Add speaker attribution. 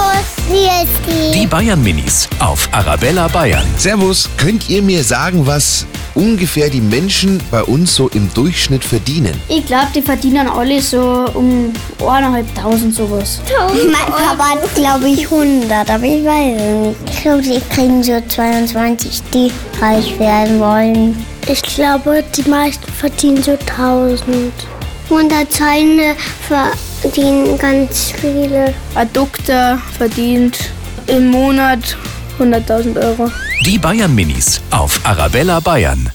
Speaker 1: Grüß dich.
Speaker 2: Die Bayern Minis auf Arabella Bayern.
Speaker 3: Servus, könnt ihr mir sagen, was ungefähr die Menschen bei uns so im Durchschnitt verdienen?
Speaker 4: Ich glaube, die verdienen alle so um 1.500 sowas.
Speaker 1: Mein Papa hat, glaube ich, 100, aber ich weiß es nicht. Ich glaube, die kriegen so 22, die reich werden wollen. Ich glaube, die meisten verdienen so 1000. Hundertzeile äh, verdienen ganz viele.
Speaker 4: Ein Doktor verdient im Monat 100.000 Euro.
Speaker 2: Die Bayern Minis auf Arabella Bayern.